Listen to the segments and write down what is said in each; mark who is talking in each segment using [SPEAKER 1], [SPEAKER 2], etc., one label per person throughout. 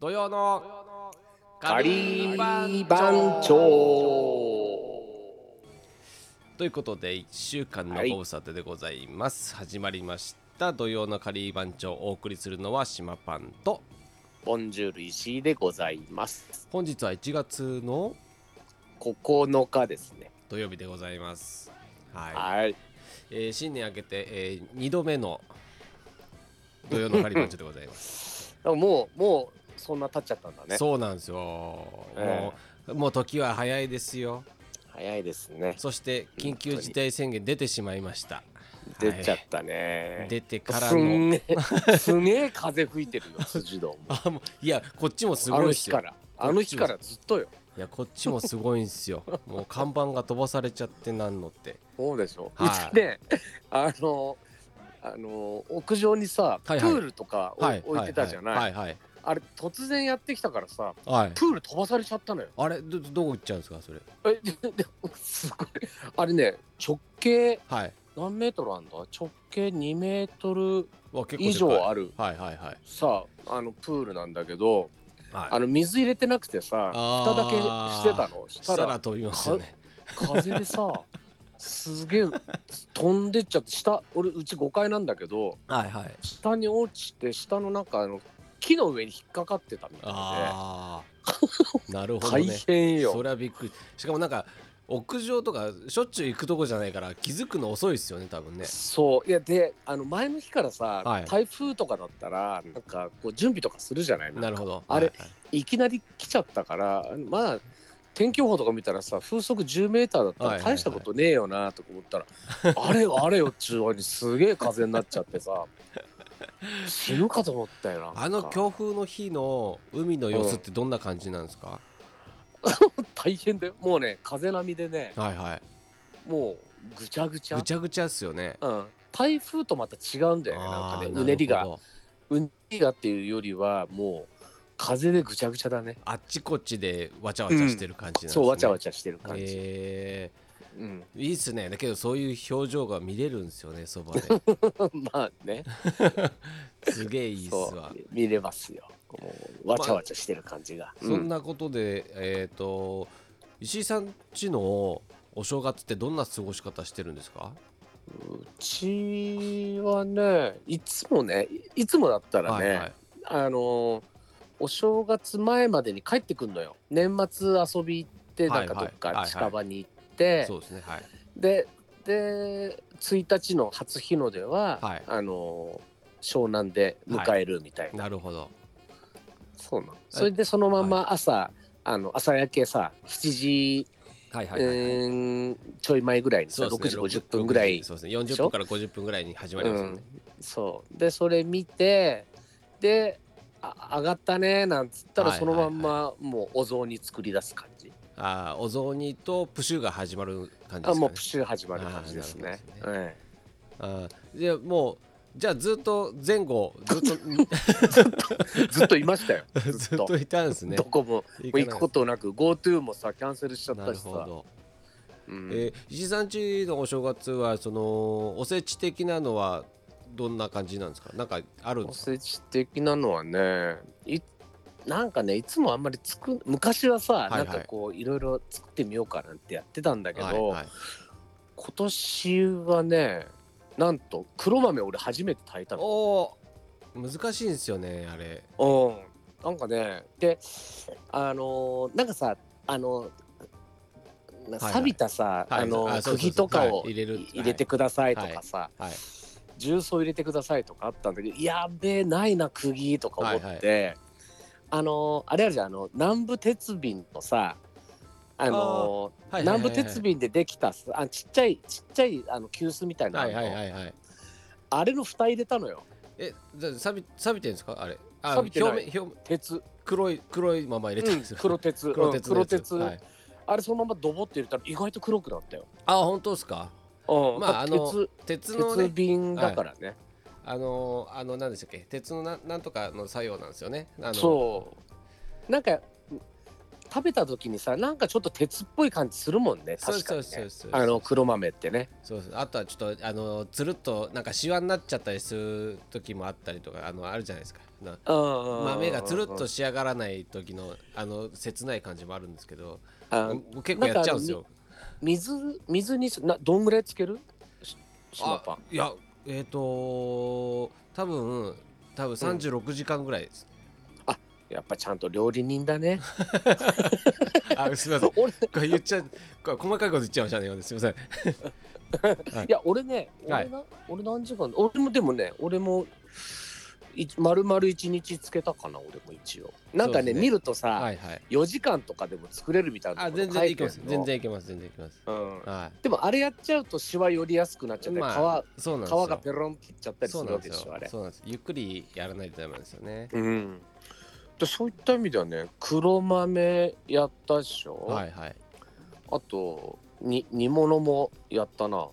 [SPEAKER 1] 土曜の
[SPEAKER 2] カリー番長
[SPEAKER 1] ということで1週間の
[SPEAKER 2] はい
[SPEAKER 1] ご無沙汰でございます、始まりました土曜のカリー番長をお送りするのは島パンと
[SPEAKER 2] ボンジュール石井でございます
[SPEAKER 1] 本日は1月の
[SPEAKER 2] 9日ですね
[SPEAKER 1] 土曜日でございますはい、
[SPEAKER 2] はい
[SPEAKER 1] えー新年明けて、え2度目の土曜のカリー番長でございます
[SPEAKER 2] でももうもうそんな経っちゃったんだ ね
[SPEAKER 1] そうなんですよ、
[SPEAKER 2] え
[SPEAKER 1] もうもう時は早いですよ
[SPEAKER 2] 早いですね
[SPEAKER 1] そして緊急事態宣言出てしまいました
[SPEAKER 2] 出ちゃっ
[SPEAKER 1] は
[SPEAKER 2] たね、
[SPEAKER 1] い出てから
[SPEAKER 2] すん
[SPEAKER 1] の
[SPEAKER 2] げえすげえ風吹いて るの辻堂も
[SPEAKER 1] あもういやこっちもす
[SPEAKER 2] あ
[SPEAKER 1] ごい
[SPEAKER 2] の
[SPEAKER 1] で
[SPEAKER 2] 日
[SPEAKER 1] すよ
[SPEAKER 2] からあの日からずっとよ
[SPEAKER 1] いやこっちもすごいんです よもう看板が飛ばされちゃってなんのって
[SPEAKER 2] そうでしょ、
[SPEAKER 1] はいう
[SPEAKER 2] ちねあのあの屋上にさプ
[SPEAKER 1] はいはい
[SPEAKER 2] ールとかお
[SPEAKER 1] はい
[SPEAKER 2] 置いてたじゃない
[SPEAKER 1] はいはい
[SPEAKER 2] あれ突然やってきたからさ
[SPEAKER 1] はい、はい
[SPEAKER 2] プール飛ばされちゃったのよ
[SPEAKER 1] あれどどこ行っちゃうんですかそれ
[SPEAKER 2] えででもすごいあれね直径
[SPEAKER 1] はい
[SPEAKER 2] 何メートルあんだ直径2メートル
[SPEAKER 1] わ結構でかい
[SPEAKER 2] 以上ある
[SPEAKER 1] はいはいはい
[SPEAKER 2] さあのプールなんだけどあ
[SPEAKER 1] はい
[SPEAKER 2] の水入れてなくてさ蓋だけ
[SPEAKER 1] あー
[SPEAKER 2] してたのし
[SPEAKER 1] した
[SPEAKER 2] たら
[SPEAKER 1] ら飛びますよね
[SPEAKER 2] 風でさすげえ飛んでっちゃって下俺うち5階なんだけど
[SPEAKER 1] はいはい
[SPEAKER 2] 下に落ちて下のなんかあの木の上に引っかかってたみたいで
[SPEAKER 1] ああなるほど
[SPEAKER 2] 大
[SPEAKER 1] ね
[SPEAKER 2] 変
[SPEAKER 1] そ
[SPEAKER 2] よ
[SPEAKER 1] れはびっくりしかもなんか屋上とかしょっちゅう行くとこじゃないから気づくの遅いですよね多分ね
[SPEAKER 2] そういやであの前の日からさ、
[SPEAKER 1] はい
[SPEAKER 2] 台風とかだったらなんかこう準備とかするじゃない
[SPEAKER 1] なるほど
[SPEAKER 2] あれ
[SPEAKER 1] はいはい
[SPEAKER 2] いきなり来ちゃったからまあ天気予報とか見たらさ風速10メーターだった
[SPEAKER 1] はい
[SPEAKER 2] ら
[SPEAKER 1] はいはい
[SPEAKER 2] 大したことねえよなとか思ったら、あれよあれよっちゅう間にすげえ風になっちゃってさ死ぬかと思ったよななんか
[SPEAKER 1] あの強風の日の海の様子ってどんな感じなんですか、
[SPEAKER 2] 大変だよもうね風波でね
[SPEAKER 1] はいはい
[SPEAKER 2] もうぐちゃぐちゃ
[SPEAKER 1] ぐちゃぐちゃっすよね
[SPEAKER 2] うん、台風とまた違うんだよねなん
[SPEAKER 1] あー
[SPEAKER 2] かね
[SPEAKER 1] なるほど
[SPEAKER 2] うねりがうねりがっていうよりはもう風でぐちゃぐちゃだね
[SPEAKER 1] あっちこっちでわちゃわちゃしてる感じなんですね、
[SPEAKER 2] そうわちゃわ
[SPEAKER 1] ち
[SPEAKER 2] ちゃしてる感じ、
[SPEAKER 1] え
[SPEAKER 2] うん、
[SPEAKER 1] ー、いいっすねだけどそういう表情が見れるんですよねそばで
[SPEAKER 2] まあね
[SPEAKER 1] すげえいいっすわ
[SPEAKER 2] そう見れますよもうわちゃわちゃしてる感じが、
[SPEAKER 1] そんなことで、えっ、と石井さんちのお正月ってどんな過ごし方してるんですか
[SPEAKER 2] うんうちはねいつもねいいつもだったらね、
[SPEAKER 1] はいはい、
[SPEAKER 2] あのーお正月前までに帰ってくんのよ年末遊び行ってなんか
[SPEAKER 1] はい
[SPEAKER 2] ど
[SPEAKER 1] は
[SPEAKER 2] っ
[SPEAKER 1] い
[SPEAKER 2] か近場に行って
[SPEAKER 1] そうですねはい
[SPEAKER 2] でで1日の初日の出は、
[SPEAKER 1] はい
[SPEAKER 2] あのー湘南で迎えるみたいな、
[SPEAKER 1] なるほど
[SPEAKER 2] そうなのそれでそのまま朝、あの朝焼けさ7時、
[SPEAKER 1] はいはいはい、は
[SPEAKER 2] う
[SPEAKER 1] い
[SPEAKER 2] ーんちょい前ぐらいにさ、
[SPEAKER 1] そう
[SPEAKER 2] 6
[SPEAKER 1] です
[SPEAKER 2] 時
[SPEAKER 1] ね
[SPEAKER 2] 50分ぐらい
[SPEAKER 1] 6そうですね40分から50分ぐらいに始まりますよね、
[SPEAKER 2] そうでそれ見てであ上がったねなんつったら
[SPEAKER 1] はい
[SPEAKER 2] そのまんまもうお雑煮作り出す感じ、
[SPEAKER 1] ああお雑煮とプシューが始まる感じ
[SPEAKER 2] あ
[SPEAKER 1] です
[SPEAKER 2] も
[SPEAKER 1] か
[SPEAKER 2] う
[SPEAKER 1] ね
[SPEAKER 2] プシュー始まる感じです
[SPEAKER 1] あーなる
[SPEAKER 2] ね
[SPEAKER 1] ほどですね
[SPEAKER 2] ええ
[SPEAKER 1] ああじゃあもうじゃあずっと前後 ずっと
[SPEAKER 2] ずっといましたよず
[SPEAKER 1] ず
[SPEAKER 2] っ
[SPEAKER 1] っ
[SPEAKER 2] と
[SPEAKER 1] といたんです ね
[SPEAKER 2] どこも
[SPEAKER 1] 行
[SPEAKER 2] もう行くことなく GoTo もさキャンセルしちゃっ
[SPEAKER 1] な
[SPEAKER 2] た
[SPEAKER 1] る
[SPEAKER 2] し
[SPEAKER 1] ほ
[SPEAKER 2] さ、
[SPEAKER 1] ど、
[SPEAKER 2] うん
[SPEAKER 1] えー石井さんちのお正月はそのおせち的なのはどんな感じなんですかなんかあるん
[SPEAKER 2] お
[SPEAKER 1] ですか
[SPEAKER 2] せち的なのはねいなんかねいつもあんまり作ん昔はさ、
[SPEAKER 1] いはい
[SPEAKER 2] なんかこういろいろ作ってみようかなんてやってたんだけど、
[SPEAKER 1] はいはい、
[SPEAKER 2] 今年はねなんと黒豆俺初めて炊いたの
[SPEAKER 1] おー難しいんですよねあれ
[SPEAKER 2] うん、なんかねであのーなんかさあの
[SPEAKER 1] は
[SPEAKER 2] な
[SPEAKER 1] いはい
[SPEAKER 2] 錆びたさ、
[SPEAKER 1] はい
[SPEAKER 2] あの
[SPEAKER 1] あそうそうそう
[SPEAKER 2] 釘とかを
[SPEAKER 1] はい入れる
[SPEAKER 2] い入れてくださいとかさ、
[SPEAKER 1] はいはい
[SPEAKER 2] 重曹入れてくださいとかあったんだけどやべえないな釘とか思って、
[SPEAKER 1] は
[SPEAKER 2] あのーあれあるじゃんあの南部鉄瓶のさあ
[SPEAKER 1] は
[SPEAKER 2] のー
[SPEAKER 1] いはいはい
[SPEAKER 2] 南部鉄瓶でできたさあちっちゃいちっちゃいあの急須みたいな
[SPEAKER 1] は
[SPEAKER 2] の
[SPEAKER 1] いはいはいはい
[SPEAKER 2] あれの蓋入れたのよ
[SPEAKER 1] えじゃあ錆び錆びてるんですかあれあ
[SPEAKER 2] 錆びてない
[SPEAKER 1] 表面表面
[SPEAKER 2] 鉄、
[SPEAKER 1] 黒い黒いまま入れた
[SPEAKER 2] うんん
[SPEAKER 1] ですよ、
[SPEAKER 2] 黒鉄
[SPEAKER 1] 黒
[SPEAKER 2] うん
[SPEAKER 1] 鉄の
[SPEAKER 2] 黒
[SPEAKER 1] やつ
[SPEAKER 2] 鉄、
[SPEAKER 1] はい、
[SPEAKER 2] あれそのままドボって入れたら意外と黒くなったよ。
[SPEAKER 1] あ本当ですか
[SPEAKER 2] う
[SPEAKER 1] まああの
[SPEAKER 2] 鉄
[SPEAKER 1] 鉄の、
[SPEAKER 2] 鉄
[SPEAKER 1] ね、
[SPEAKER 2] 瓶だからね。
[SPEAKER 1] あのあの何でしたっけ鉄のななんとかの作用なんですよねあの
[SPEAKER 2] そう。なんか食べた時にさなんかちょっと鉄っぽい感じするもんね
[SPEAKER 1] そう
[SPEAKER 2] 確か
[SPEAKER 1] そう
[SPEAKER 2] に
[SPEAKER 1] そうそ
[SPEAKER 2] ね。
[SPEAKER 1] うそう
[SPEAKER 2] あの黒豆ってね。
[SPEAKER 1] そうそうあとはちょっとあのつるっとなんかシワになっちゃったりする時もあったりとかあのあるじゃないですかな豆
[SPEAKER 2] 豆
[SPEAKER 1] がつるっと仕上がらない時のあの切ない感じもあるんですけど
[SPEAKER 2] あ
[SPEAKER 1] 僕結構やっちゃうんですよ
[SPEAKER 2] 水水にすなどんぐらいつけるし島パ
[SPEAKER 1] あいやえっ、と多分多分36時間ぐらいです、
[SPEAKER 2] ンやっぱちゃんと料理人 だね
[SPEAKER 1] あすみません
[SPEAKER 2] 俺い
[SPEAKER 1] これ言っちゃこれ細かいこと言っちゃいましたね今ねすみません
[SPEAKER 2] や俺ね
[SPEAKER 1] は
[SPEAKER 2] 俺
[SPEAKER 1] い
[SPEAKER 2] な、俺何時間俺もでもね俺もい丸々一日つけたかな俺も一応なんか
[SPEAKER 1] そうで
[SPEAKER 2] ね
[SPEAKER 1] すね
[SPEAKER 2] 見るとさ、
[SPEAKER 1] はいはい
[SPEAKER 2] 4時間とかでも作れるみたいな
[SPEAKER 1] あ
[SPEAKER 2] ところ
[SPEAKER 1] 全然いけま
[SPEAKER 2] 書
[SPEAKER 1] す
[SPEAKER 2] てんの
[SPEAKER 1] 全然いけます全然いけます
[SPEAKER 2] うん
[SPEAKER 1] は
[SPEAKER 2] でもあれやっちゃうとシワ寄りやすくなっちゃって、
[SPEAKER 1] まあ
[SPEAKER 2] 皮
[SPEAKER 1] いそうなんですよ
[SPEAKER 2] 皮がペロンっていっちゃったりす
[SPEAKER 1] そう
[SPEAKER 2] る
[SPEAKER 1] な
[SPEAKER 2] わ
[SPEAKER 1] ん
[SPEAKER 2] け
[SPEAKER 1] で
[SPEAKER 2] ですしょあ
[SPEAKER 1] よ
[SPEAKER 2] れ
[SPEAKER 1] そうなんですゆっくりやらないとダメなんですよね
[SPEAKER 2] うんでそういった意味ではね黒豆やったっしょ、
[SPEAKER 1] はいはい
[SPEAKER 2] あとに煮物もやったな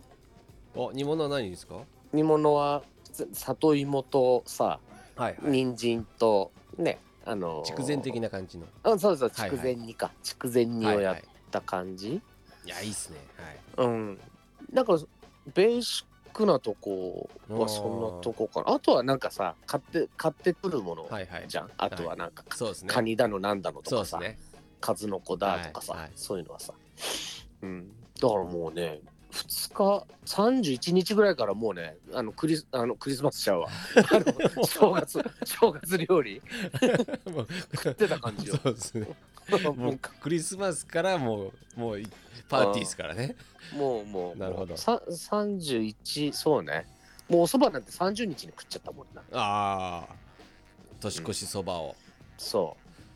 [SPEAKER 1] お煮物は何ですか
[SPEAKER 2] 煮物はつ里芋とさ
[SPEAKER 1] はい
[SPEAKER 2] 人参とねあのー
[SPEAKER 1] 筑前的な感じの
[SPEAKER 2] あそうそう
[SPEAKER 1] はいはい
[SPEAKER 2] 筑前煮か、筑前煮をや
[SPEAKER 1] は
[SPEAKER 2] っ
[SPEAKER 1] い
[SPEAKER 2] た感じ、
[SPEAKER 1] いやいいっすねはい
[SPEAKER 2] うんなんかベーシックなとこはそんなとこかなあとはなんかさ買って買ってくるもの
[SPEAKER 1] はいはい
[SPEAKER 2] じゃん、あとはなんか、
[SPEAKER 1] そうですね
[SPEAKER 2] カニだのなんだのと
[SPEAKER 1] そう
[SPEAKER 2] か
[SPEAKER 1] です
[SPEAKER 2] さ、
[SPEAKER 1] ね
[SPEAKER 2] 数の子だとかさ、
[SPEAKER 1] はいはい
[SPEAKER 2] そういうのはさ、うん、だからもうね2日31日ぐらいからもうねあのクリスあのクリスマスちゃう わあの正月正月料理
[SPEAKER 1] もう
[SPEAKER 2] 食ってた感じよ
[SPEAKER 1] そう ですね も
[SPEAKER 2] も
[SPEAKER 1] うクリスマスからもうもういパーティーですからね
[SPEAKER 2] うもうもう
[SPEAKER 1] なるほど
[SPEAKER 2] さ31そうねもうおそばなんて30日に食っちゃったもんな
[SPEAKER 1] ああ年越しそばを、
[SPEAKER 2] そ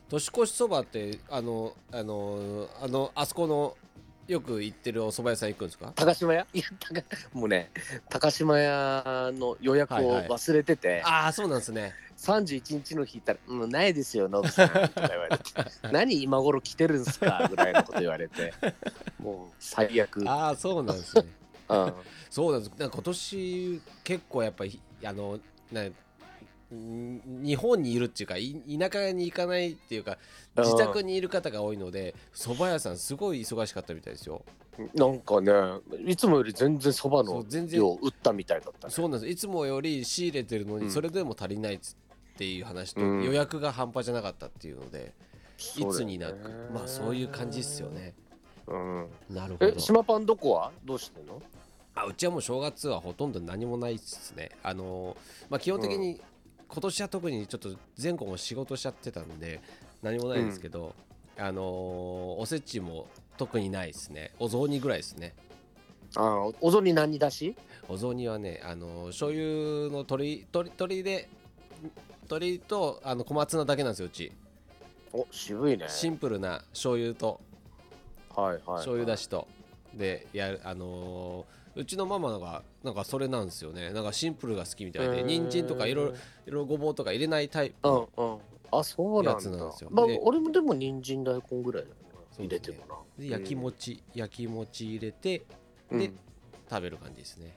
[SPEAKER 1] 年越しそばってあのあのあのあそこのよく行ってるお蕎麦屋さん行くんですか
[SPEAKER 2] う高島屋いや高もうね高島屋の予約を忘れてて、
[SPEAKER 1] ああそうなんですね
[SPEAKER 2] 31日の日いたら「うん、ないですよノブさん」とか 言われて「何今頃来てるんすか」ぐらいのこと言われ てもう最悪、うん、
[SPEAKER 1] ああそうなんですね
[SPEAKER 2] あ
[SPEAKER 1] そうなんですなんか今年結構やっぱりあのなんん日本にいるっていうかい田舎に行かないっていうか
[SPEAKER 2] うん
[SPEAKER 1] 自宅にいる方が多いので蕎麦屋さんすごい忙しかったみたいですよ
[SPEAKER 2] なんかねいつもより全然そば
[SPEAKER 1] そ
[SPEAKER 2] の
[SPEAKER 1] う全然
[SPEAKER 2] 量打ったみたいだったね
[SPEAKER 1] そうなんですいつもより仕入れてるの
[SPEAKER 2] う
[SPEAKER 1] に
[SPEAKER 2] ん
[SPEAKER 1] それでも足りないっつっていう話と、
[SPEAKER 2] うん
[SPEAKER 1] 予約が半端じゃなかったっていうので、
[SPEAKER 2] そうだ
[SPEAKER 1] いつ
[SPEAKER 2] よね
[SPEAKER 1] になくまあそういう感じっすよね
[SPEAKER 2] うん
[SPEAKER 1] なるほ
[SPEAKER 2] え
[SPEAKER 1] ど
[SPEAKER 2] 島パンどこはどうしてんの
[SPEAKER 1] あうちはもう正月はほとんど何もないっすねあのーまあ基本的に今年は特にちょっと前後も仕事しちゃってたんで何もないんですけど、あのーおせちも特にないですねお雑煮ぐらいですね
[SPEAKER 2] あーお雑煮何だし
[SPEAKER 1] お雑煮はねあの醤油の鶏鶏鶏で鶏とあの小松菜だけなんですようち
[SPEAKER 2] お渋いね
[SPEAKER 1] シンプルな醤油と
[SPEAKER 2] はいはい、はい、
[SPEAKER 1] 醤油だしとでやるあのーうちのママがなんかそれなんですよねなんかシンプルが好きみたい
[SPEAKER 2] へ
[SPEAKER 1] で
[SPEAKER 2] ー
[SPEAKER 1] 人参とかいろいろいろごぼうとか入れないタイプ
[SPEAKER 2] うんうんあそうなん
[SPEAKER 1] やつ
[SPEAKER 2] だ
[SPEAKER 1] なんですよ
[SPEAKER 2] まあ
[SPEAKER 1] で
[SPEAKER 2] 俺もでも人参大根ぐらいだよな
[SPEAKER 1] そう
[SPEAKER 2] 入
[SPEAKER 1] で
[SPEAKER 2] れ
[SPEAKER 1] す
[SPEAKER 2] て
[SPEAKER 1] ね
[SPEAKER 2] もな、
[SPEAKER 1] で焼きもち焼きもち入れて
[SPEAKER 2] うん、
[SPEAKER 1] で
[SPEAKER 2] うん
[SPEAKER 1] 食べる感じですね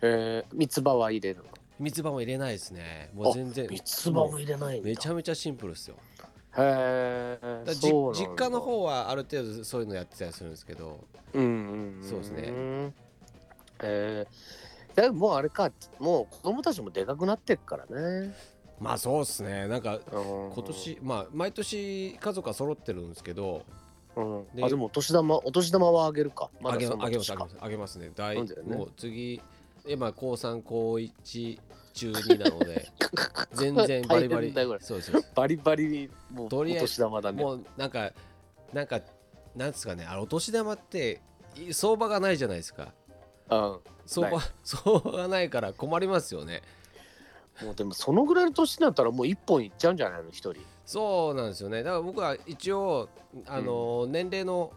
[SPEAKER 2] えー、三つ葉は入れるの
[SPEAKER 1] 三つ葉も入れないですねもう全然
[SPEAKER 2] 三つ葉も入れないんだ
[SPEAKER 1] めちゃめちゃシンプルですよだか
[SPEAKER 2] へえ
[SPEAKER 1] らじ実家の方はある程度そういうのやってたりするんですけど
[SPEAKER 2] うんうんん
[SPEAKER 1] そうですね
[SPEAKER 2] へえでももうあれかもう子供たちもでかくなってっからね
[SPEAKER 1] まあそうっすねなんか
[SPEAKER 2] うん
[SPEAKER 1] 今年まあ毎年家族は揃ってるんですけど
[SPEAKER 2] うん
[SPEAKER 1] で
[SPEAKER 2] あでもお年玉お年玉はあげるか
[SPEAKER 1] あげま
[SPEAKER 2] そんな
[SPEAKER 1] あげますあ
[SPEAKER 2] 年
[SPEAKER 1] げ
[SPEAKER 2] か
[SPEAKER 1] ますあげますね大
[SPEAKER 2] そうだよね
[SPEAKER 1] もう次今高3高1中2なの で全然バリバ
[SPEAKER 2] 大
[SPEAKER 1] リ
[SPEAKER 2] 変だよこれ
[SPEAKER 1] そうですそうです
[SPEAKER 2] バリバリもう
[SPEAKER 1] と
[SPEAKER 2] お
[SPEAKER 1] りあえず
[SPEAKER 2] 年玉だね
[SPEAKER 1] もうなんかなんかなんですかねあのお年玉ってい相場がないじゃないですか
[SPEAKER 2] うん、も
[SPEAKER 1] 相場 相場がないから困りますよね
[SPEAKER 2] うでもそのぐらいの年になったらもう一本いっちゃうんじゃないの一人
[SPEAKER 1] そうなんですよねだから僕は一応あの、年齢の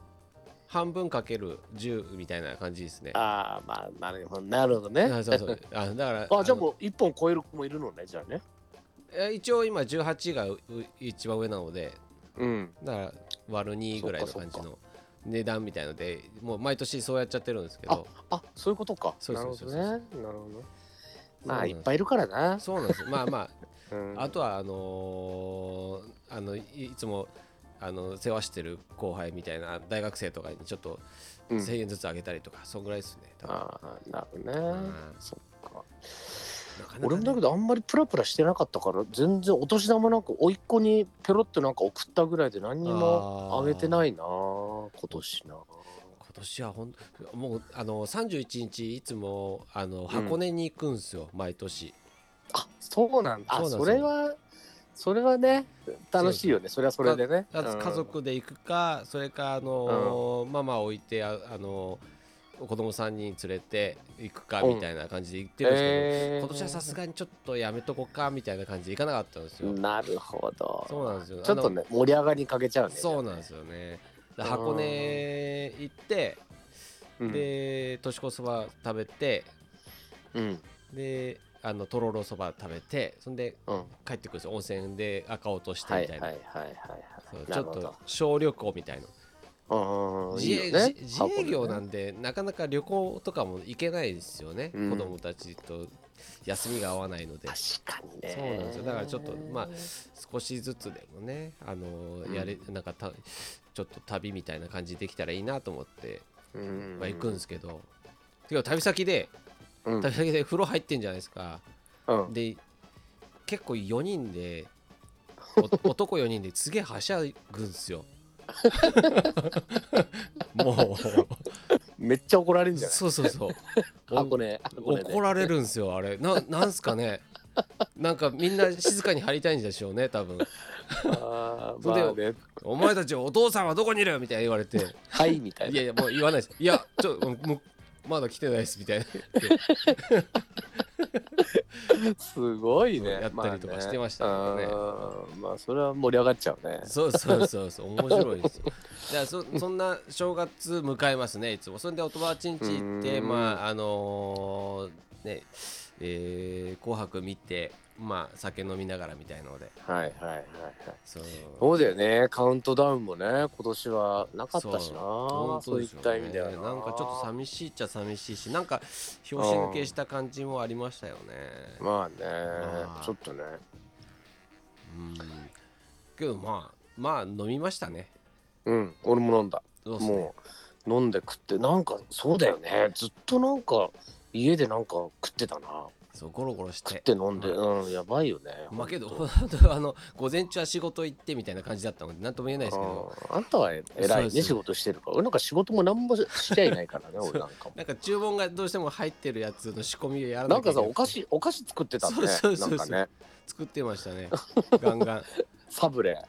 [SPEAKER 1] 半分かける10みたいな感じですね
[SPEAKER 2] ああまあなるほどなるほどね
[SPEAKER 1] あそうそうあだから
[SPEAKER 2] あじ
[SPEAKER 1] の
[SPEAKER 2] ゃあもう一本超える子もいるのねじゃあね
[SPEAKER 1] え一応今18がう一番上なので
[SPEAKER 2] うん
[SPEAKER 1] だから割る2ぐらいの感じ
[SPEAKER 2] そ
[SPEAKER 1] の値段みたいのでもう毎年そうやっちゃってるんですけ
[SPEAKER 2] あ
[SPEAKER 1] ど
[SPEAKER 2] あそういうことか
[SPEAKER 1] そうそうそうそう
[SPEAKER 2] なるほどねなるほどねま
[SPEAKER 1] そうなん
[SPEAKER 2] あ
[SPEAKER 1] で
[SPEAKER 2] い
[SPEAKER 1] す
[SPEAKER 2] っぱいいるからな
[SPEAKER 1] そうなんですよまあま
[SPEAKER 2] うん
[SPEAKER 1] あ あとはあのーあのいいつもあの世話してる後輩みたいな大学生とかにちょっと
[SPEAKER 2] うん
[SPEAKER 1] 1000円ずつあげたりとか、そんぐらいですね多分
[SPEAKER 2] ああなるほどね、
[SPEAKER 1] うん
[SPEAKER 2] そっか
[SPEAKER 1] なかなかね
[SPEAKER 2] 俺もだけどあんまりプラプラしてなかったから全然お年玉なんか甥っ子にペロッとなんか送ったぐらいで何にもあげてないな今年な
[SPEAKER 1] 今年はほんもうあの31日いつもあの箱根に行くんですよ、毎年
[SPEAKER 2] あそうなんだあ
[SPEAKER 1] そうなんですよ
[SPEAKER 2] それはそれはね楽しいよねそれはそれでね
[SPEAKER 1] だから
[SPEAKER 2] うん
[SPEAKER 1] 家族で行くかそれかあの、ママを置いてああの子供3人連れて行くかみたいな感じで行ってるんですけど、
[SPEAKER 2] えー
[SPEAKER 1] 今年はさすがにちょっとやめとこうかみたいな感じで行かなかったんですよ、
[SPEAKER 2] なるほど
[SPEAKER 1] そうなんですよ
[SPEAKER 2] ちょっとね盛り上がりにかけちゃう
[SPEAKER 1] あ
[SPEAKER 2] ね
[SPEAKER 1] のそうなんですよねだから箱根行って
[SPEAKER 2] うん
[SPEAKER 1] で年越しそば食べて
[SPEAKER 2] うん
[SPEAKER 1] であのとろろそば食べてそんで
[SPEAKER 2] うん
[SPEAKER 1] 帰ってくるんですよ温泉で赤落として
[SPEAKER 2] はい
[SPEAKER 1] み
[SPEAKER 2] は
[SPEAKER 1] た
[SPEAKER 2] い
[SPEAKER 1] いな、
[SPEAKER 2] はいはい
[SPEAKER 1] そう
[SPEAKER 2] はい
[SPEAKER 1] ちょ
[SPEAKER 2] なる
[SPEAKER 1] っ
[SPEAKER 2] ほ
[SPEAKER 1] と
[SPEAKER 2] ど
[SPEAKER 1] 小旅行みたいな
[SPEAKER 2] うん
[SPEAKER 1] 自
[SPEAKER 2] い
[SPEAKER 1] 営
[SPEAKER 2] いよね
[SPEAKER 1] 自自営業なんで、なかなか旅行とかも行けないですよね、
[SPEAKER 2] うん
[SPEAKER 1] 子供たちと休みが合わないので
[SPEAKER 2] 確かにね
[SPEAKER 1] そうなんですよだからちょっとまあ少しずつでもねあの
[SPEAKER 2] うん
[SPEAKER 1] やれ、なんかたちょっと旅みたいな感じできたらいいなと思って、
[SPEAKER 2] うん
[SPEAKER 1] まあ、行くんですけど、けど旅先で
[SPEAKER 2] うん
[SPEAKER 1] 旅先で風呂入ってんじゃないですか、
[SPEAKER 2] うん
[SPEAKER 1] で結構4人で お男4人ですげえはしゃぐんすよもう。
[SPEAKER 2] めっちゃ怒られるんじゃない
[SPEAKER 1] そうそうそう
[SPEAKER 2] 箱根箱根で
[SPEAKER 1] 怒られるんですよあれな なんすかねなんかみんな静かに張りたいんでしょうね多分
[SPEAKER 2] あー
[SPEAKER 1] それで
[SPEAKER 2] まあね
[SPEAKER 1] お前たちお父さんはどこにいるみたいな言われてい
[SPEAKER 2] はいみたいな
[SPEAKER 1] やいやもう言わないですいやちょもうもうまだ来てないですみたいな
[SPEAKER 2] すごいね
[SPEAKER 1] やったりとかしてましたけどね
[SPEAKER 2] まあねうんまあそれは盛り上がっちゃうね
[SPEAKER 1] そうそうそうそう面白いですよだからそそんな正月迎えますねいつもそれでお友達ん家行っ
[SPEAKER 2] う
[SPEAKER 1] て
[SPEAKER 2] ーん
[SPEAKER 1] まああのーねえー紅白見てまあ酒飲みながらみたいので
[SPEAKER 2] はいはいはいはい
[SPEAKER 1] そう
[SPEAKER 2] そうだよねカウントダウンもね今年はなかったしな
[SPEAKER 1] 本
[SPEAKER 2] そ
[SPEAKER 1] 当
[SPEAKER 2] う
[SPEAKER 1] で
[SPEAKER 2] いっ
[SPEAKER 1] すよね
[SPEAKER 2] た意味では
[SPEAKER 1] なんかちょっと寂しいっちゃ寂しいしなんか拍子抜けした感じもありましたよね、
[SPEAKER 2] まあね
[SPEAKER 1] まあ
[SPEAKER 2] ちょっとね
[SPEAKER 1] うんけどまあまあ飲みましたね
[SPEAKER 2] うん俺も飲んだ
[SPEAKER 1] どうっすね
[SPEAKER 2] もう飲んで食ってなんかそうだよねずっとなんか家でなんか食ってたな
[SPEAKER 1] そうゴロゴロし
[SPEAKER 2] 食ってて飲んで
[SPEAKER 1] う
[SPEAKER 2] うんやばいよね
[SPEAKER 1] まあけど
[SPEAKER 2] ほんと
[SPEAKER 1] 本当あの午前中は仕事行ってみたいな感じだったので何とも言えないですけど
[SPEAKER 2] あーあんたは
[SPEAKER 1] そ
[SPEAKER 2] 偉
[SPEAKER 1] うで
[SPEAKER 2] いね
[SPEAKER 1] すね
[SPEAKER 2] 仕事してるから俺なんか仕事も何もしちゃいないからね
[SPEAKER 1] そう
[SPEAKER 2] 俺なんかも
[SPEAKER 1] なんか注文がどうしても入ってるやつの仕込みをやら
[SPEAKER 2] な
[SPEAKER 1] なんきゃいけ
[SPEAKER 2] かさ
[SPEAKER 1] ない
[SPEAKER 2] お菓子お菓子作ってたね
[SPEAKER 1] そうそうそうそう
[SPEAKER 2] なんかね
[SPEAKER 1] 作ってましたね ガンガン
[SPEAKER 2] サブレは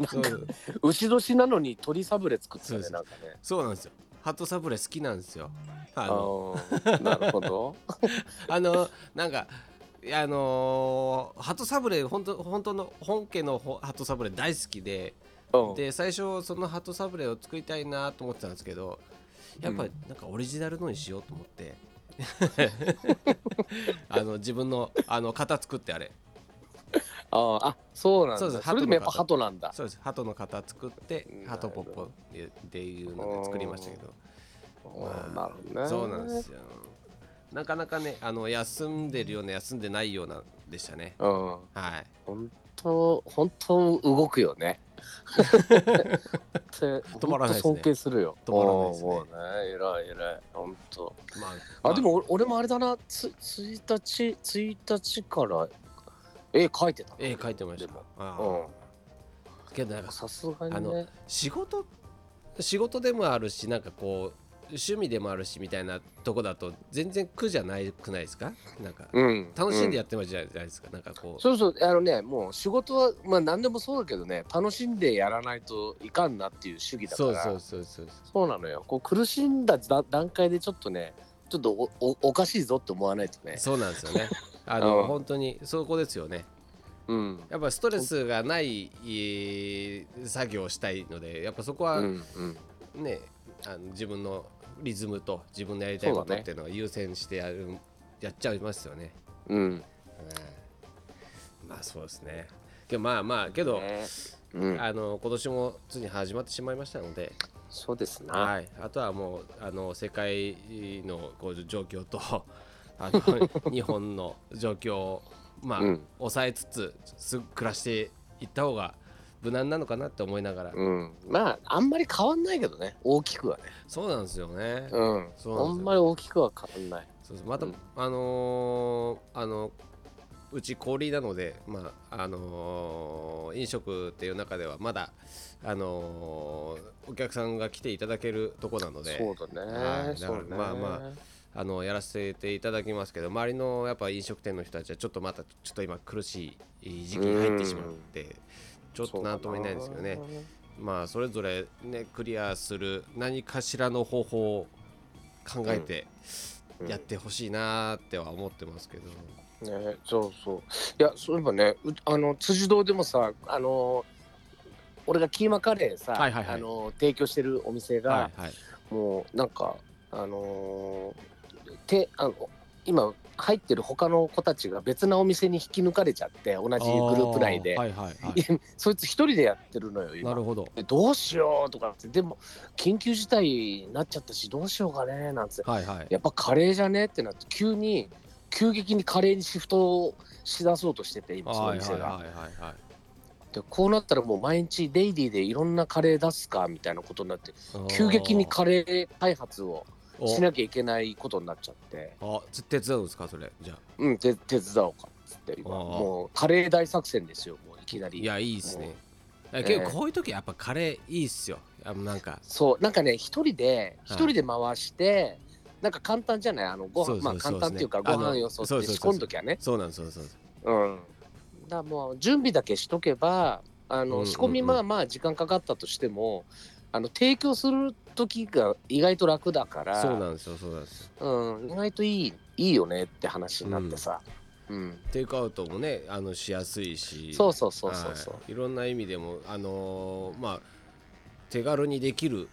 [SPEAKER 2] な
[SPEAKER 1] そ
[SPEAKER 2] んか
[SPEAKER 1] う
[SPEAKER 2] 牛年なのに鶏サブレ作ってたね
[SPEAKER 1] そうそう
[SPEAKER 2] なんかね
[SPEAKER 1] そうなんですよハトサブレ好きなんですよあ
[SPEAKER 2] あ
[SPEAKER 1] の
[SPEAKER 2] ーなる ほど
[SPEAKER 1] あのなんかいやあのー、鳩サブレ本当本当の本家のほ鳩サブレ大好きで、
[SPEAKER 2] うん
[SPEAKER 1] で最初その鳩サブレを作りたいなと思ってたんですけどやっぱ
[SPEAKER 2] うん
[SPEAKER 1] なんかオリジナルのにしようと思って、 あの自分のあの型作ってあれ
[SPEAKER 2] あーあそうなん
[SPEAKER 1] そう
[SPEAKER 2] だ
[SPEAKER 1] です
[SPEAKER 2] それでもやっぱ
[SPEAKER 1] 鳩
[SPEAKER 2] 鳩なんだ
[SPEAKER 1] そうです鳩の型作って
[SPEAKER 2] なる
[SPEAKER 1] 鳩ポッポっていうので作りましたけど
[SPEAKER 2] うんなるほどね
[SPEAKER 1] そうなんですよなかなかねあの休んでるような休んでないようなでしたね
[SPEAKER 2] うん
[SPEAKER 1] はい
[SPEAKER 2] 本当本当動くよ ね。って
[SPEAKER 1] 止まらないですね
[SPEAKER 2] 本当尊敬するよ。
[SPEAKER 1] 止まらないですね
[SPEAKER 2] もうもうね、偉い偉い。本当。
[SPEAKER 1] まあ、
[SPEAKER 2] あ、でも俺俺もあれだな。つ一日一日から絵描いてたな。
[SPEAKER 1] 絵描いてまし
[SPEAKER 2] で
[SPEAKER 1] た
[SPEAKER 2] も
[SPEAKER 1] ああ
[SPEAKER 2] う
[SPEAKER 1] けどなんか
[SPEAKER 2] ん。さすが
[SPEAKER 1] あ
[SPEAKER 2] に
[SPEAKER 1] の
[SPEAKER 2] ね。
[SPEAKER 1] 仕事仕事でもあるしなんかこう趣味でもあるしみたいなとこだと全然苦じゃないくないですかなんか
[SPEAKER 2] うん
[SPEAKER 1] 楽しんでや
[SPEAKER 2] や。
[SPEAKER 1] ってますじゃないですか、なんかこう
[SPEAKER 2] そうそうあのねもう仕事はまあ何でもそうだけどね楽しんでやらないといかんなっていう主義だから
[SPEAKER 1] そうそうそうそう
[SPEAKER 2] そうなのよこう苦しんだ段段階でちょっとねちょっとおおおかしいぞって思わないとね
[SPEAKER 1] そうなんですよ ねあの、
[SPEAKER 2] うん
[SPEAKER 1] 本当にそこですよね
[SPEAKER 2] うん
[SPEAKER 1] やっぱストレスがないえー作業をしたいのでやっぱそこは
[SPEAKER 2] う
[SPEAKER 1] ね、
[SPEAKER 2] んうん
[SPEAKER 1] あの自分のリズムと自分のやりたいことっていうのを優先してやる、やっちゃいますよね
[SPEAKER 2] うん
[SPEAKER 1] うんまあそうですね。けどまあまあけど、
[SPEAKER 2] ねうん、
[SPEAKER 1] あの今年もついに始まってしまいましたので、
[SPEAKER 2] そうですな、
[SPEAKER 1] はい、あとはもうあの世界のこう状況とあ の日本の状況を、まあ
[SPEAKER 2] うん
[SPEAKER 1] 抑えつつす暮らしていった方が無難なのかなって思いながら、
[SPEAKER 2] うん、まああんまり変わんないけどね大きくはね、
[SPEAKER 1] そうなんですよね。
[SPEAKER 2] うん、
[SPEAKER 1] そうなんですよ
[SPEAKER 2] あんまり大きくは変わんない
[SPEAKER 1] そうそうまた、
[SPEAKER 2] うん
[SPEAKER 1] あのーあのうち氷なので、まああのー飲食っていう中ではまだ、あのーお客さんが来ていただけるとこなので
[SPEAKER 2] そうだ
[SPEAKER 1] は
[SPEAKER 2] ね。
[SPEAKER 1] いだか
[SPEAKER 2] そう
[SPEAKER 1] ら
[SPEAKER 2] ね。
[SPEAKER 1] まあまあのやらせていただきますけど周りのやっぱ飲食店の人たちはちょっとまたちょっと今苦しい時期に入ってしまってちょっと何とも言えないんですけどね
[SPEAKER 2] そうだな。
[SPEAKER 1] まあそれぞれねクリアする何かしらの方法を考えて
[SPEAKER 2] うん
[SPEAKER 1] やってほしいなーっては思ってますけど、
[SPEAKER 2] ね、そうそう。いや、そういえばね、うあの辻堂でもさ、あの。俺がキーマカレーさ、
[SPEAKER 1] はいはいはい
[SPEAKER 2] あの提供してるお店が、
[SPEAKER 1] はいはい
[SPEAKER 2] もうなんかあのーてあの今入ってる他の子たちが別なお店に引き抜かれちゃって同じグループ内で、
[SPEAKER 1] あーはいはいはい
[SPEAKER 2] そいつ一人でやってるのよ今
[SPEAKER 1] なるほど
[SPEAKER 2] でどうしようとかってでも緊急事態になっちゃったしどうしようかねなんつって
[SPEAKER 1] はいはい
[SPEAKER 2] やっぱカレーじゃねってなって急に急激にカレーにシフトをしだそうとしてて今その
[SPEAKER 1] はいはい
[SPEAKER 2] 店が、
[SPEAKER 1] はいはいはい
[SPEAKER 2] でこうなったらもう毎日デイリーでいろんなカレー出すかみたいなことになって急激にカレー開発を
[SPEAKER 1] お
[SPEAKER 2] しなきゃいけないことになっちゃって
[SPEAKER 1] あつ手伝うんですかそれじゃあ
[SPEAKER 2] うん手手伝おうかっつって今
[SPEAKER 1] あー
[SPEAKER 2] もうカレー大作戦ですよもういきないり
[SPEAKER 1] やいいですね
[SPEAKER 2] ん
[SPEAKER 1] 結構こういう時やっぱカレーいいっすよあのなんか
[SPEAKER 2] そうなんかね一人で
[SPEAKER 1] は
[SPEAKER 2] 一
[SPEAKER 1] い
[SPEAKER 2] 人で回してなんか簡単じゃないあのご
[SPEAKER 1] そうそ
[SPEAKER 2] 飯ま
[SPEAKER 1] う
[SPEAKER 2] あ
[SPEAKER 1] そう
[SPEAKER 2] 簡単っていうか
[SPEAKER 1] そうですね
[SPEAKER 2] ご飯
[SPEAKER 1] あの
[SPEAKER 2] よそっ
[SPEAKER 1] そう
[SPEAKER 2] て
[SPEAKER 1] そうそう
[SPEAKER 2] 仕込んどきゃね
[SPEAKER 1] そうなんですそうなんですそうなんです
[SPEAKER 2] うんだからもう準備だけしとけばあ
[SPEAKER 1] うんうんう
[SPEAKER 2] の
[SPEAKER 1] ん
[SPEAKER 2] 仕込みまあまあ時間かかったとしても、あの提供する時が意外と楽だから
[SPEAKER 1] そうなんですよそうなんですよ
[SPEAKER 2] うん、意外といいいいよねって話になってさ、うん
[SPEAKER 1] テイクアウトもねあのしやすいし
[SPEAKER 2] そうそうそうそうそう、
[SPEAKER 1] はい、いろんな意味でもあのーまあ手軽にできる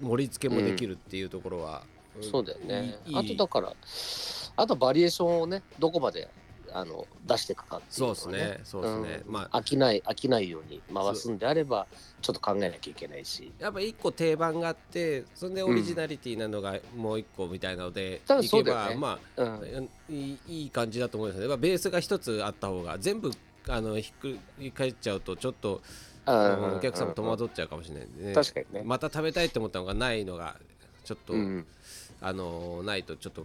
[SPEAKER 1] 盛り付けもできるっていうところは、
[SPEAKER 2] そうだよね
[SPEAKER 1] いいいい
[SPEAKER 2] あとだからあとバリエーションをねどこまであの出していくかっていう
[SPEAKER 1] そう
[SPEAKER 2] の
[SPEAKER 1] で
[SPEAKER 2] は
[SPEAKER 1] すねそうですね、
[SPEAKER 2] うん
[SPEAKER 1] まあ
[SPEAKER 2] 飽きない飽きないように回すんであればちょっと考えなきゃいけないし
[SPEAKER 1] やっぱ一個定番があってそれでオリジナリティなのがもう一個みたいなので、
[SPEAKER 2] 多分
[SPEAKER 1] いけ
[SPEAKER 2] そうだよ
[SPEAKER 1] ば、
[SPEAKER 2] ね
[SPEAKER 1] ま
[SPEAKER 2] う
[SPEAKER 1] あ
[SPEAKER 2] ん
[SPEAKER 1] いいいい感じだと思うんですよやっぱベースが一つあった方が全部あのひっくり返っちゃうとちょっと、あのお客さんも戸惑っちゃうかもしれないんでね
[SPEAKER 2] 確かにね
[SPEAKER 1] また食べたいって思ったのがないのがちょっと、
[SPEAKER 2] うん
[SPEAKER 1] あのーないとちょっと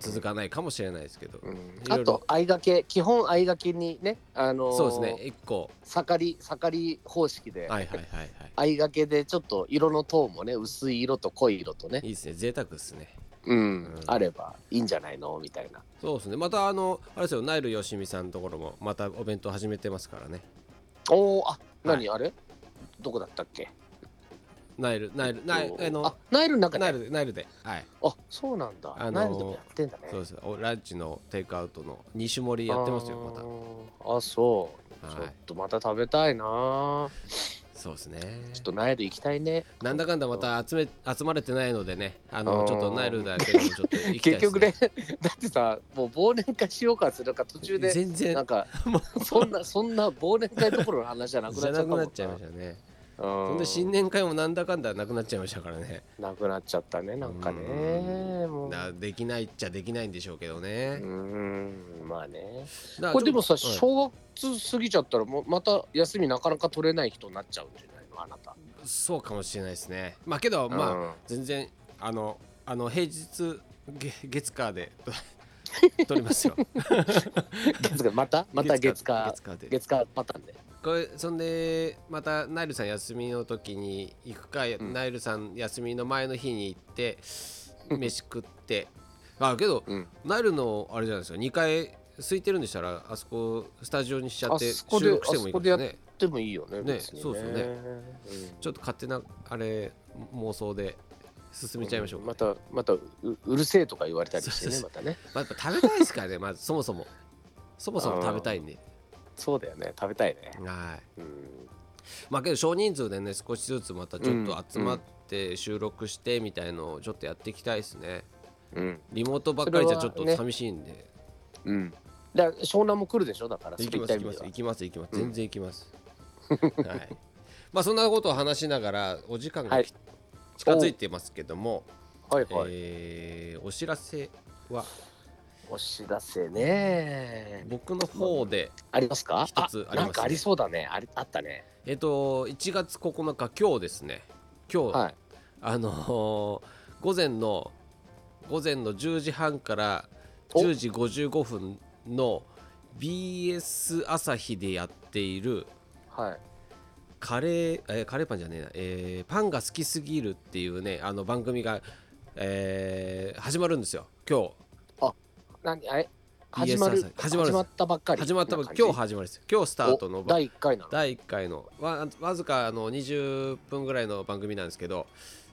[SPEAKER 1] 続かないかもしれないですけど、
[SPEAKER 2] うん
[SPEAKER 1] いろ
[SPEAKER 2] あ
[SPEAKER 1] いろ
[SPEAKER 2] と相掛け基本相掛けにねあのー
[SPEAKER 1] そうですね一個
[SPEAKER 2] 盛り盛り方式で、
[SPEAKER 1] はいはいはいはい
[SPEAKER 2] 相掛けでちょっと色のトーンもね薄い色と濃い色とね
[SPEAKER 1] いいですね贅沢ですね
[SPEAKER 2] うん、
[SPEAKER 1] ん
[SPEAKER 2] あればいいんじゃないのみたいな
[SPEAKER 1] そうですねまたあのあれですよナイルよしみさんのところもまたお弁当始めてますからね
[SPEAKER 2] おおあ何、あれどこだったっけ
[SPEAKER 1] ナイルナイルナイルあ
[SPEAKER 2] あ
[SPEAKER 1] の
[SPEAKER 2] ナイルの中で
[SPEAKER 1] ナ
[SPEAKER 2] あ
[SPEAKER 1] イルでナイルではい
[SPEAKER 2] そうなんだ、
[SPEAKER 1] あのー
[SPEAKER 2] ナイルでもやってんだね
[SPEAKER 1] そうですおランチのテイクアウトの2種盛りやってますよまた
[SPEAKER 2] たあそう、
[SPEAKER 1] はい
[SPEAKER 2] ちょっとまた食べたいな
[SPEAKER 1] そうですね
[SPEAKER 2] ちょっとナイル行きたいね
[SPEAKER 1] なんだかんだまた集め集まれてないのでねあ
[SPEAKER 2] あ
[SPEAKER 1] の
[SPEAKER 2] ー
[SPEAKER 1] ちょっとナイルだけでもちょっと行きたいです、
[SPEAKER 2] 結局ね だってさもう忘年会しようかするか途中で
[SPEAKER 1] 全
[SPEAKER 2] な
[SPEAKER 1] 然
[SPEAKER 2] んかそんなそんな忘年会どころの話じゃなく
[SPEAKER 1] じ
[SPEAKER 2] な
[SPEAKER 1] ゃ
[SPEAKER 2] っちゃ
[SPEAKER 1] な
[SPEAKER 2] った
[SPEAKER 1] く
[SPEAKER 2] もん
[SPEAKER 1] なっちゃいましたね
[SPEAKER 2] うん
[SPEAKER 1] そんで新年会もなんだかんだなくなっちゃいましたからね。
[SPEAKER 2] なくなっちゃったねなんかね
[SPEAKER 1] う
[SPEAKER 2] もう
[SPEAKER 1] だできないっちゃできないんでしょうけど
[SPEAKER 2] う
[SPEAKER 1] ね。
[SPEAKER 2] んまあね
[SPEAKER 1] だから
[SPEAKER 2] これでもさ
[SPEAKER 1] ちょっと
[SPEAKER 2] 正月過ぎちゃったらもうまた休みなかなか取れない人になっちゃうんじゃないのあなた
[SPEAKER 1] うんそうかもしれないですね。まあけど、まあ全然あのあの平日げ月火 で撮りますよ。
[SPEAKER 2] あ月火またまた月火
[SPEAKER 1] 月火で。
[SPEAKER 2] 月火パターンで
[SPEAKER 1] これそんでまたナイルさん休みの時に行くか、
[SPEAKER 2] ん
[SPEAKER 1] ナイルさん休みの前の日に行って飯食って。あけど
[SPEAKER 2] うん
[SPEAKER 1] ナイルのあれじゃないですか2階空いてるんでしたらあそこスタジオにしちゃって
[SPEAKER 2] あ
[SPEAKER 1] 収
[SPEAKER 2] そこで
[SPEAKER 1] 録してもいいかもしれないね
[SPEAKER 2] でもいいよね
[SPEAKER 1] ね
[SPEAKER 2] 別に
[SPEAKER 1] そうですよね
[SPEAKER 2] うん
[SPEAKER 1] ちょっと勝手なあれ妄想で進めちゃいましょうか、
[SPEAKER 2] またまたううるせえとか言われたりしてね
[SPEAKER 1] そう
[SPEAKER 2] またね
[SPEAKER 1] まあ、やっぱ食べたいですからねまずそもそもそもそも食べたいんで
[SPEAKER 2] そうだよね食べたいね
[SPEAKER 1] はい
[SPEAKER 2] うん
[SPEAKER 1] まあけど少人数でね少しずつまたちょっ
[SPEAKER 2] う
[SPEAKER 1] と
[SPEAKER 2] ん
[SPEAKER 1] 集まって収録してみたいのをちょっとやっていきたいですね
[SPEAKER 2] うん
[SPEAKER 1] リモートばっかりじゃちょっ
[SPEAKER 2] そ
[SPEAKER 1] と
[SPEAKER 2] れはね
[SPEAKER 1] 寂しいんで、
[SPEAKER 2] うんだから湘南も来るでしょだから
[SPEAKER 1] 行きま
[SPEAKER 2] そ
[SPEAKER 1] す
[SPEAKER 2] うい
[SPEAKER 1] 行き
[SPEAKER 2] っ
[SPEAKER 1] ま
[SPEAKER 2] た
[SPEAKER 1] す
[SPEAKER 2] 意
[SPEAKER 1] 行きます行きま
[SPEAKER 2] 味
[SPEAKER 1] す
[SPEAKER 2] うん
[SPEAKER 1] 全然行きます、はいまあそんなことを話しながらお時間がき、近づいてますけども、
[SPEAKER 2] でははいはい
[SPEAKER 1] えーお知らせは
[SPEAKER 2] お知らせね
[SPEAKER 1] 僕の方で
[SPEAKER 2] ありますか
[SPEAKER 1] 一つありますね
[SPEAKER 2] なんかありそうだねありあったね
[SPEAKER 1] えっと1月9日今日ですね今日、
[SPEAKER 2] はい
[SPEAKER 1] あのー午前の午前の10時半から
[SPEAKER 2] お
[SPEAKER 1] 10時55分の BS 朝日でやっている
[SPEAKER 2] はい。
[SPEAKER 1] カレー、えーカレーパンじゃねえな、えーパンが好きすぎるっていうねあの番組が、えー始まるんですよ今
[SPEAKER 2] 何あれ始まる
[SPEAKER 1] BS 始まるんです
[SPEAKER 2] 始まったばっか
[SPEAKER 1] 日
[SPEAKER 2] り。
[SPEAKER 1] 始まったばっか今日始まるんですよ今日スタートの
[SPEAKER 2] お
[SPEAKER 1] 番
[SPEAKER 2] 第1回なの。
[SPEAKER 1] 第1回のわわずかあの20分ぐらいの番組なんですけど、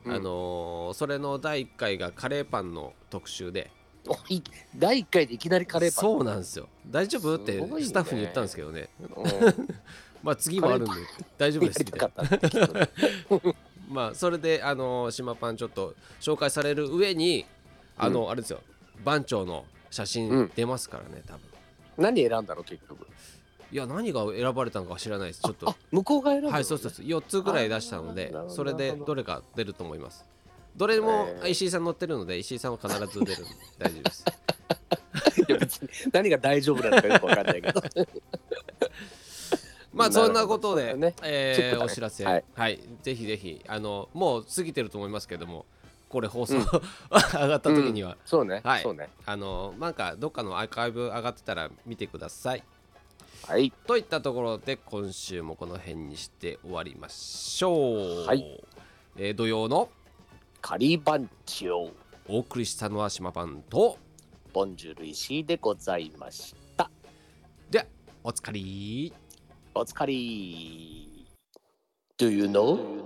[SPEAKER 2] うん
[SPEAKER 1] あのーそれの第1回がカレーパンの特集で
[SPEAKER 2] おい第1回でいきなりカレーパン。
[SPEAKER 1] そうなんですよ大丈夫っ
[SPEAKER 2] す
[SPEAKER 1] て
[SPEAKER 2] ごいね
[SPEAKER 1] スタッフに言ったんですけどね
[SPEAKER 2] うん。
[SPEAKER 1] まあ次もあるんで大丈夫
[SPEAKER 2] や
[SPEAKER 1] です
[SPEAKER 2] り
[SPEAKER 1] み
[SPEAKER 2] た
[SPEAKER 1] た
[SPEAKER 2] か
[SPEAKER 1] いな
[SPEAKER 2] ったんだけどね。
[SPEAKER 1] まあそれであのー島パンちょっと紹介される上にあの、あれですよ番長の写
[SPEAKER 2] う
[SPEAKER 1] 真
[SPEAKER 2] ん
[SPEAKER 1] 出ますからね多分
[SPEAKER 2] 何選んだの結局。
[SPEAKER 1] いや何が選ばれたのか知らないですちょっと
[SPEAKER 2] あ向こうが選んだのね。
[SPEAKER 1] はい、そうそうそう、4つぐらい出したの
[SPEAKER 2] あー
[SPEAKER 1] で
[SPEAKER 2] なる、ほど
[SPEAKER 1] それでどれか出ると思います。どれも
[SPEAKER 2] えー
[SPEAKER 1] 石井さん乗ってるので、石井さんは必ず出るんで大丈夫です。
[SPEAKER 2] いや別に 何が大丈夫なのかよくわかんない けど。
[SPEAKER 1] まあ、
[SPEAKER 2] なる
[SPEAKER 1] そ
[SPEAKER 2] ほど
[SPEAKER 1] んなことで、
[SPEAKER 2] そうだねチェッ
[SPEAKER 1] え
[SPEAKER 2] クだ
[SPEAKER 1] ー
[SPEAKER 2] ね
[SPEAKER 1] お知らせ、は
[SPEAKER 2] はいい、
[SPEAKER 1] ぜひぜひ、あの、もう過ぎてると思いますけども、これ放送、 上がった時には、
[SPEAKER 2] そうね。
[SPEAKER 1] はい
[SPEAKER 2] そうね。
[SPEAKER 1] あの、なんかどっかのアーカイブ上がってたら見てください。
[SPEAKER 2] はい。
[SPEAKER 1] といったところで、今週もこの辺にして終わりましょう。
[SPEAKER 2] はい
[SPEAKER 1] えー土曜の
[SPEAKER 2] カリバンチオ
[SPEAKER 1] お送りしたのは島パンと、
[SPEAKER 2] ボンジュール石井でございました。
[SPEAKER 1] ではお疲れ。
[SPEAKER 2] お疲れ。Do you know?